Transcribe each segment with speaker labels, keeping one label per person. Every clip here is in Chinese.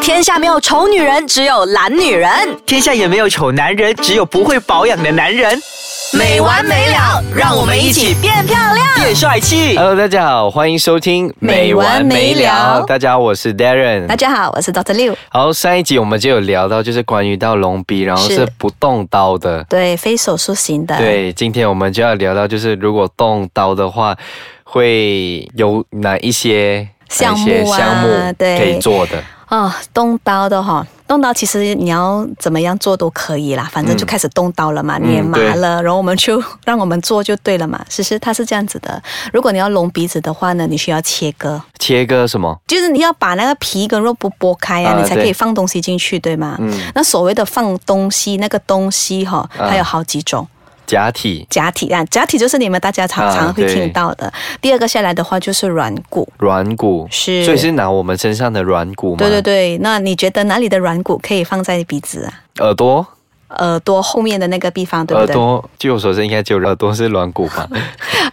Speaker 1: 天下没有丑女人，只有懒女人。
Speaker 2: 天下也没有丑男人，只有不会保养的男人。
Speaker 1: 没完没了，让我们一起变漂亮。
Speaker 2: 变帅气。
Speaker 3: Hello，大家好，欢迎收听
Speaker 1: 没完没了
Speaker 3: 大家好，我是 Darren
Speaker 1: 大。家好，我是 Doctor 六。
Speaker 3: 好，上一集我们就有聊到，就是关于到隆鼻，然后
Speaker 1: 是
Speaker 3: 是不动刀的。
Speaker 1: 对，非手术型的。，
Speaker 3: 对，今天我们就要聊到，就是如果动刀的话，会有哪一些
Speaker 1: 项目啊
Speaker 3: 哪一些项目
Speaker 1: 对
Speaker 3: 可以做的？
Speaker 1: 哦，动刀的哈、动刀其实你要怎么样做都可以啦，反正就开始动刀了嘛，
Speaker 3: 嗯
Speaker 1: 你也麻
Speaker 3: 对
Speaker 1: 了，然后我们就让我们做就对了嘛。其实它是这样子的，如果你要隆鼻子的话呢，你需要切割，
Speaker 3: 切割什么？
Speaker 1: 就是你要把那个皮跟肉不剥开啊，
Speaker 3: 啊
Speaker 1: 你才可以
Speaker 3: 对
Speaker 1: 放东西进去，对吗？
Speaker 3: 嗯，
Speaker 1: 那所谓的放东西，那个东西哈、
Speaker 3: 啊
Speaker 1: 它有好几种。
Speaker 3: 假体、
Speaker 1: 假体啊，假体就是你们大家常
Speaker 3: 啊
Speaker 1: 常会
Speaker 3: 对
Speaker 1: 听到的。第二个下来的话就是软骨，
Speaker 3: 软骨，
Speaker 1: 是
Speaker 3: 所以是拿我们身上的软骨吗？
Speaker 1: 对对，对。那你觉得哪里的软骨可以放在鼻子啊？
Speaker 3: 耳朵，
Speaker 1: 耳朵后面的那个地方，对不
Speaker 3: 耳
Speaker 1: 对？
Speaker 3: 朵，据我所知，应该只有耳朵是软骨 吧？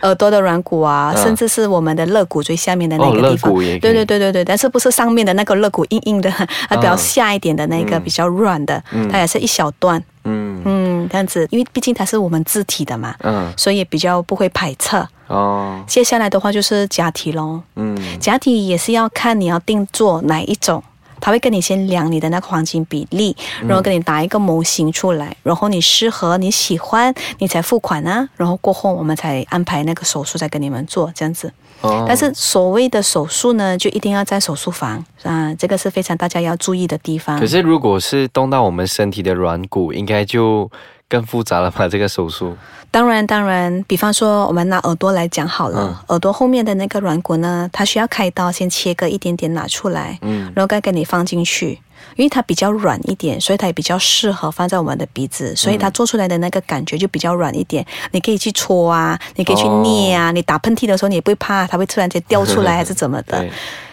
Speaker 1: 耳朵的软骨啊，
Speaker 3: 嗯
Speaker 1: 甚至是我们的肋骨最下面的那
Speaker 3: 哦
Speaker 1: 个地方。
Speaker 3: 肋骨也可以
Speaker 1: 对对对对对，但是不是上面的那个肋骨硬硬的，啊，比较下一点的那个、
Speaker 3: 嗯
Speaker 1: 比较软的，它也是一小段，
Speaker 3: 嗯
Speaker 1: 嗯，这样子，因为毕竟它是我们自体的嘛，
Speaker 3: 嗯
Speaker 1: 所以比较不会排斥。
Speaker 3: 哦
Speaker 1: 接下来的话就是假体喽。
Speaker 3: 嗯
Speaker 1: 假体也是要看你要定做哪一种，他会跟你先量你的那个黄金比例，
Speaker 3: 嗯
Speaker 1: 然后跟你打一个模型出来，然后你适合你喜欢，你才付款啊，然后过后我们才安排那个手术再跟你们做这样子。
Speaker 3: 哦，
Speaker 1: 但是所谓的手术呢，就一定要在手术房啊，这个是非常大家要注意的地方
Speaker 3: 可。是如果是动到我们身体的软骨，应该就更复杂了吧？这个手术，
Speaker 1: 当然，当然，比方说我们拿耳朵来讲好了，
Speaker 3: 嗯
Speaker 1: 耳朵后面的那个软骨呢，它需要开刀先切割一点点拿出来，
Speaker 3: 嗯
Speaker 1: 然后再给你放进去，因为它比较软一点，所以它也比较适合放在我们的鼻子，所
Speaker 3: 嗯
Speaker 1: 以它做出来的那个感觉就比较软一点。你可以去搓啊，你可以去捏
Speaker 3: 哦
Speaker 1: 啊，你打喷嚏的时候你也不会怕它会突然间掉出 来还是怎么的
Speaker 3: 对。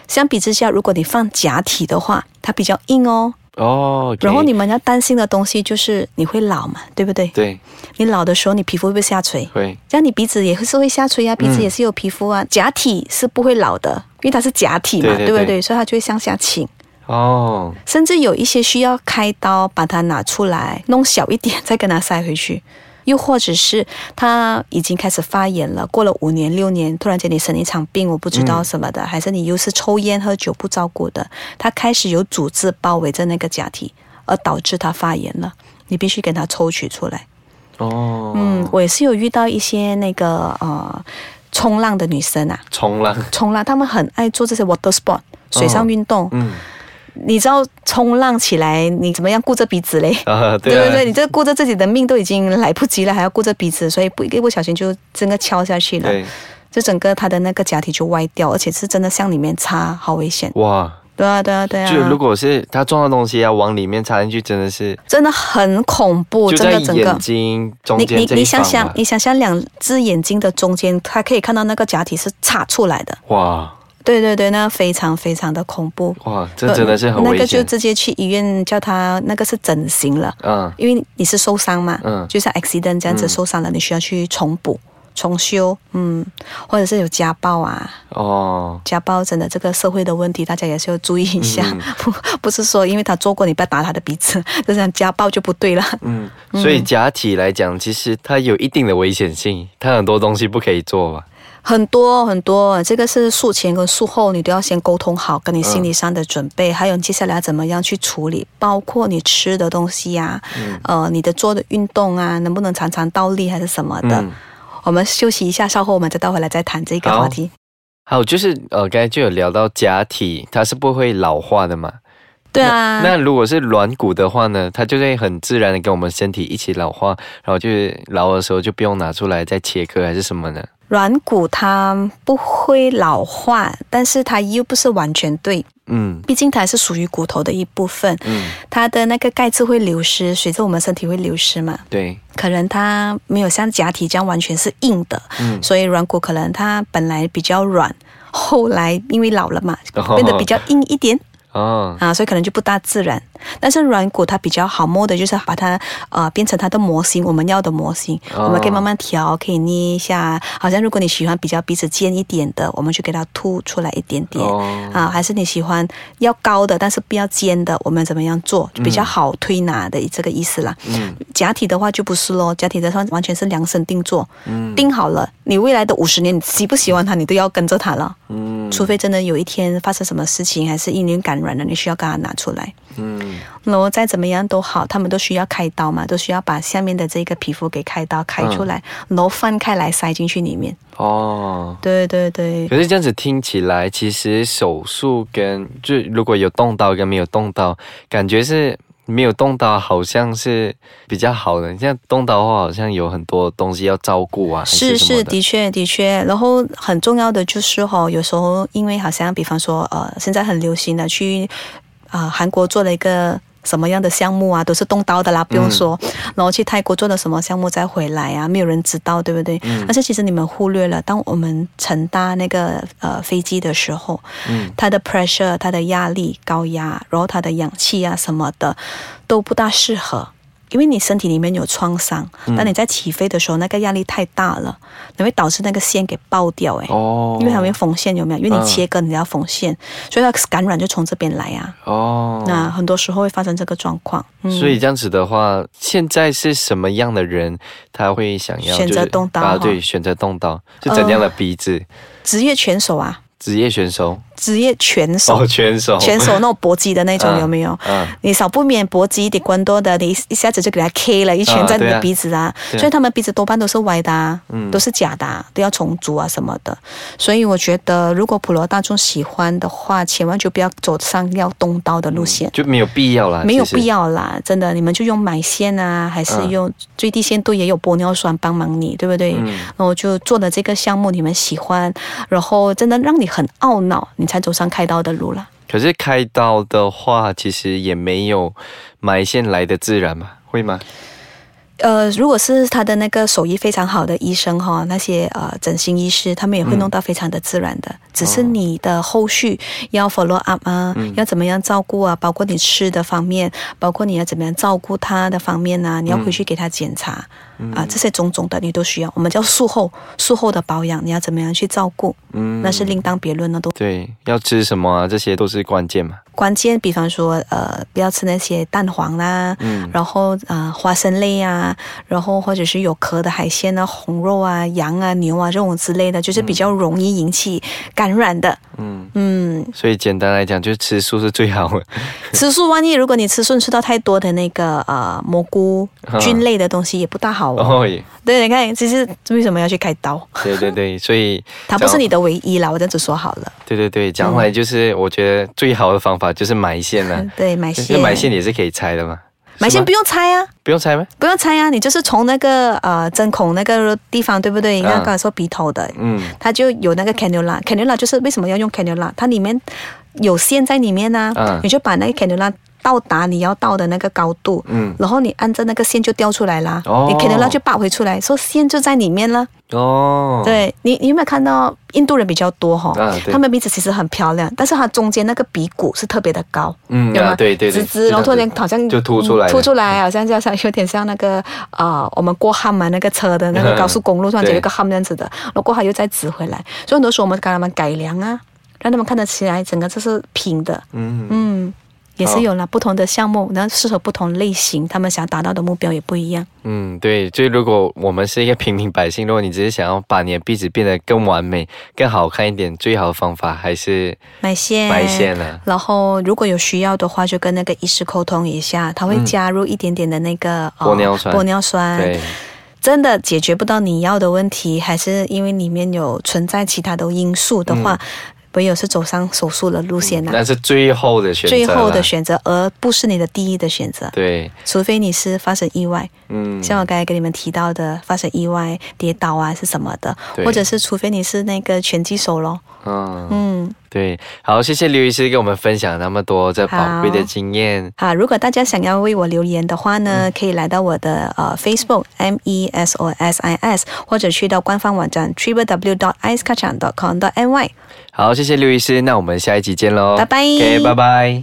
Speaker 1: 相比之下，如果你放假体的话，它比较硬哦。
Speaker 3: 哦，OK，
Speaker 1: 然后你们要担心的东西就是你会老嘛，对不对？
Speaker 3: 对
Speaker 1: 你老的时候，你皮肤会不会下垂？
Speaker 3: 会
Speaker 1: 这样你鼻子也是会下
Speaker 3: 嗯
Speaker 1: 垂啊，鼻子也是有皮肤啊。假体是不会老的，因为它是假体嘛，
Speaker 3: 对对
Speaker 1: 对不
Speaker 3: 对
Speaker 1: 对？所以它就会向下倾。
Speaker 3: 哦，
Speaker 1: 甚至有一些需要开刀把它拿出来，弄小一点再跟它塞回去。又或者是它已经开始发炎了，过了五年六年，突然间你生一场病，我不知道什么
Speaker 3: 嗯
Speaker 1: 的，还是你又是抽烟喝酒不照顾的，它开始有组织包围着那个假体，而导致它发炎了，你必须给它抽取出来。
Speaker 3: 哦，
Speaker 1: 嗯，我也是有遇到一些那个呃冲浪的女生啊，
Speaker 3: 冲浪，
Speaker 1: 冲浪她们很爱做这些 water sport 水上运动，
Speaker 3: 嗯，
Speaker 1: 你知道冲浪起来你怎么样顾着鼻子嘞？
Speaker 3: 啊，
Speaker 1: 对
Speaker 3: 对啊
Speaker 1: 不对？你这顾着自己的命都已经来不及了，还要顾着鼻子，所以不一个不小心就整个敲下去了，
Speaker 3: 对，
Speaker 1: 就整个他的那个假体就歪掉，而且是真的向里面插，好危险。
Speaker 3: 哇，
Speaker 1: 对啊，对啊，对啊，
Speaker 3: 就如果是他撞到东西要往里面插进去，真的是
Speaker 1: 真的很恐怖，
Speaker 3: 就
Speaker 1: 真
Speaker 3: 在
Speaker 1: 的整个
Speaker 3: 眼。睛中
Speaker 1: 你
Speaker 3: 间
Speaker 1: 你
Speaker 3: 这
Speaker 1: 你
Speaker 3: 一
Speaker 1: 想
Speaker 3: 方
Speaker 1: 想
Speaker 3: 嘛，，
Speaker 1: 你想想两只眼睛的中间，他可以看到那个假体是插出来的，
Speaker 3: 哇
Speaker 1: 对对对，那非常非常的恐怖，
Speaker 3: 哇，这真的是很
Speaker 1: 呃那个
Speaker 3: 危
Speaker 1: 就
Speaker 3: 险，
Speaker 1: 直接去医院叫他那个是整形了，
Speaker 3: 嗯，
Speaker 1: 因为你是受伤嘛，
Speaker 3: 嗯
Speaker 1: 就像 accident 这样子
Speaker 3: 嗯
Speaker 1: 受伤了，你需要去重补、重修，嗯，或者是有家暴啊，
Speaker 3: 哦，
Speaker 1: 家暴真的这个社会的问题，大家也是要注意一下，
Speaker 3: 嗯
Speaker 1: 不 不是说因为他做过你不要打他的鼻子， 就像家暴就不对了。
Speaker 3: 嗯，所以假体来讲，其实它有一定的危险性，它很多东西不可以做吧？
Speaker 1: 很多很多，这个是术前跟术后你都要先沟通好，跟你心理上的准
Speaker 3: 嗯
Speaker 1: 备，还有你接下来怎么样去处理，包括你吃的东西呀、
Speaker 3: 嗯
Speaker 1: 呃，你的做的运动啊，能不能常常倒立还是什么的。
Speaker 3: 嗯
Speaker 1: 我们休息一下，稍后我们再倒回来再谈这个
Speaker 3: 好
Speaker 1: 话题。
Speaker 3: 还有就是呃，刚才就有聊到假体，它是不会老化的嘛？
Speaker 1: 对啊，
Speaker 3: 那如果是软骨的话呢，它就会很自然的跟我们身体一起老化，然后就是老的时候就不用拿出来再切割还是什么呢？
Speaker 1: 软骨它不会老化，但是它又不是完全对，
Speaker 3: 嗯
Speaker 1: 毕竟它还是属于骨头的一部分，
Speaker 3: 嗯，
Speaker 1: 它的那个钙质会流失，随着我们身体会流失嘛。
Speaker 3: 对，
Speaker 1: 可能它没有像假体这样完全是硬的，
Speaker 3: 嗯
Speaker 1: 所以软骨可能它本来比较软，后来因为老了嘛
Speaker 3: 哦，
Speaker 1: 变得比较硬一点。
Speaker 3: 哦，
Speaker 1: 啊，所以可能就不大自然。但是软骨它比较好摸的，就是把它呃变成它的模型，我们要的模型，
Speaker 3: 哦
Speaker 1: 我们可以慢慢调，可以捏一下。好像如果你喜欢比较鼻子尖一点的，我们就给它凸出来一点点。
Speaker 3: 哦
Speaker 1: 啊，还是你喜欢要高的，但是不要尖的，我们怎么样做就比较好推拿的这个意思啦。
Speaker 3: 嗯，
Speaker 1: 假体的话就不是咯，假体的话完全是量身定做，
Speaker 3: 嗯
Speaker 1: 定好了，你未来的五十年你喜不喜欢它，你都要跟着它了。
Speaker 3: 嗯
Speaker 1: 除非真的有一天发生什么事情，还是一年感染了，你需要给它拿出来。
Speaker 3: 嗯，
Speaker 1: 然后再怎么样都好，他们都需要开刀嘛，都需要把下面的这个皮肤给开刀开出来，
Speaker 3: 嗯
Speaker 1: 然后翻开来塞进去里面。
Speaker 3: 哦。
Speaker 1: 对对对，
Speaker 3: 可是这样子听起来，其实手术跟就如果有动刀跟没有动刀，感觉是没有动刀好像是比较好的。像动刀的话，好像有很多东西要照顾啊，还
Speaker 1: 是
Speaker 3: 什么
Speaker 1: 是
Speaker 3: 的。
Speaker 1: 的确的确。然后很重要的就是哈、有时候因为好像比方说呃，现在很流行的去啊、呃韩国做了一个。什么样的项目啊，都是动刀的啦，不
Speaker 3: 嗯
Speaker 1: 用说。然后去泰国做了什么项目再回来啊，没有人知道，对不对？
Speaker 3: 嗯
Speaker 1: 但是其实你们忽略了，当我们乘搭那个呃飞机的时候，
Speaker 3: 嗯
Speaker 1: 它的 pressure、它的压力、高压，然后它的氧气啊什么的都不大适合，因为你身体里面有创伤，
Speaker 3: 嗯
Speaker 1: 当你在起飞的时候，那个压力太大了，你会导致那个线给爆掉、欸，
Speaker 3: 哦，
Speaker 1: 因为它会缝线有没有？因为
Speaker 3: 嗯
Speaker 1: 你切割，你要缝线，所以它感染就从这边来呀、
Speaker 3: 哦，
Speaker 1: 那很多时候会发生这个状况，嗯，
Speaker 3: 所以这样子的话，现在是什么样的人他会想要
Speaker 1: 选择
Speaker 3: 就是
Speaker 1: 动刀
Speaker 3: 啊？
Speaker 1: 哈呃
Speaker 3: 对，选择动刀是怎样的鼻子？
Speaker 1: 职业拳手啊，
Speaker 3: 职业选手
Speaker 1: 职业拳手，
Speaker 3: 哦，拳手，
Speaker 1: 拳手那种搏击的那种、
Speaker 3: 嗯
Speaker 1: 有没有？
Speaker 3: 嗯
Speaker 1: 你少不免搏击一点关多的，你一一下子就给他 K 了一拳
Speaker 3: 啊
Speaker 1: 在你
Speaker 3: 对啊
Speaker 1: 的鼻子啊，
Speaker 3: 对啊
Speaker 1: 所以他们鼻子多半都是歪的、啊，
Speaker 3: 嗯
Speaker 1: 都是假的、啊，都要重组啊什么的。所以我觉得，如果普罗大众喜欢的话，千万就不要走上要动刀的路线。
Speaker 3: 嗯就没啊有必要啦，
Speaker 1: 没有
Speaker 3: 其实
Speaker 1: 必要啦，真的，你们就用埋线啊，还是
Speaker 3: 嗯
Speaker 1: 用最低限度也有玻尿酸帮忙你，对不对？
Speaker 3: 嗯
Speaker 1: 然后就做了这个项目，你们喜欢，然后真的让你很懊恼，你才走上开刀的路啦。
Speaker 3: 可是开刀的话，其实也没有埋线来的自然嘛，会吗？
Speaker 1: 呃，如果是他的那个手艺非常好的医生哈，那些呃整形医师，他们也会弄到非常的自然的。只是你的后续要 follow up 啊，要怎么样照顾啊，包括你吃的方面，包括你要怎么样照顾他的方面啊，你要回去给他检查啊、这些种种的你都需要。我们叫术后术后的保养，你要怎么样去照顾，
Speaker 3: 嗯，
Speaker 1: 那是另当别论了。都
Speaker 3: 对，要吃什么啊，这些都是关键嘛。
Speaker 1: 关键，比方说呃，不要吃那些蛋黄啦，
Speaker 3: 嗯
Speaker 1: 然后呃花生类啊，然后或者是有壳的海鲜啊、红肉啊、羊啊、牛啊这种之类的，就是比较容易引起感染的。
Speaker 3: 嗯，
Speaker 1: 嗯，
Speaker 3: 所以简单来讲，就吃素是最好的。
Speaker 1: 吃素万一如果你吃素吃到太多的那个呃蘑菇
Speaker 3: 啊
Speaker 1: 菌类的东西也不大好哦。
Speaker 3: 哦，也
Speaker 1: 对，你看，其实为什么要去开刀？
Speaker 3: 对对对，所以
Speaker 1: 它不
Speaker 3: 讲
Speaker 1: 是你的唯一啦，我这样子说好了。
Speaker 3: 对对对，讲回来就是我觉得最好的方法就是埋线了、
Speaker 1: 对，埋
Speaker 3: 就是
Speaker 1: 线，
Speaker 3: 埋线，也是可以拆的嘛。
Speaker 1: 埋线
Speaker 3: 是吗
Speaker 1: 不用拆啊。
Speaker 3: 不用拆吗？
Speaker 1: 不用猜啊，你就是从那个呃针孔那个地方，对不对？你
Speaker 3: 啊
Speaker 1: 刚刚才说鼻头的，
Speaker 3: 嗯，
Speaker 1: 它就有那个 cannula，cannula 就是为什么要用 cannula？它里面有线在里面呢、
Speaker 3: 啊
Speaker 1: 你就把那个 cannula 到达你要到的那个高度，
Speaker 3: 嗯
Speaker 1: 然后你按着那个线就掉出来啦，
Speaker 3: 哦
Speaker 1: 你 cannula 就拔回出来，说线就在里面了。
Speaker 3: 哦，，
Speaker 1: 对你，你有没有看到印度人比较多哈、
Speaker 3: 啊对
Speaker 1: 他们鼻子其实很漂亮，但是它中间那个鼻骨是特别的高。
Speaker 3: 嗯
Speaker 1: 有吗？
Speaker 3: 啊，对对对，
Speaker 1: 直直，然后突然间好像
Speaker 3: 就凸出来了嗯
Speaker 1: 凸出来，好像就好像有点像那个呃，我们过汉嘛，那个车的
Speaker 3: 嗯
Speaker 1: 那个高速公路，突然间有一个汉那样子的，然后过后又再直回来，所以很多时候我们给他们改良啊，让他们看得起来哎整个这是平的，
Speaker 3: 嗯
Speaker 1: 嗯。也
Speaker 3: 好
Speaker 1: 是有了不同的项目，然后适合不同类型，他们想达到的目标也不一样。
Speaker 3: 嗯，对，就如果我们是一个平民百姓，如果你只是想要把你的壁纸变得更完美、更好看一点，最好的方法还是
Speaker 1: 埋线，
Speaker 3: 埋线啊了。
Speaker 1: 然后如果有需要的话，就跟那个医师沟通一下，他会
Speaker 3: 嗯
Speaker 1: 加入一点点的那个、呃
Speaker 3: 玻尿酸
Speaker 1: 玻尿酸，
Speaker 3: 对，
Speaker 1: 真的解决不到你要的问题，还是因为里面有存在其他的因素的话，唯有是走上手术的路线呐、
Speaker 3: 嗯
Speaker 1: 啊
Speaker 3: 那是最后的选择
Speaker 1: 最
Speaker 3: 了。
Speaker 1: 后的选择，而不是你的第一的选择。
Speaker 3: 对，
Speaker 1: 除非你是发生意外，
Speaker 3: 嗯，
Speaker 1: 像我刚才跟你们提到的，发生意外、跌倒啊是什么的，
Speaker 3: 对
Speaker 1: 或者是除非你是那个拳击手咯，
Speaker 3: 嗯，
Speaker 1: 嗯，
Speaker 3: 对，好，谢谢刘医师给我们分享那么多这宝贵的
Speaker 1: 好
Speaker 3: 经验。
Speaker 1: 啊，如果大家想要为我留言的话呢，
Speaker 3: 嗯
Speaker 1: 可以来到我的呃 Facebook M E S O S I S，或者去到官方网站 triple w dot i c e k a c a n g dot com dot n y。
Speaker 3: 好，谢谢刘医师，那我们下一集见喽，
Speaker 1: 拜拜
Speaker 3: OK，拜拜。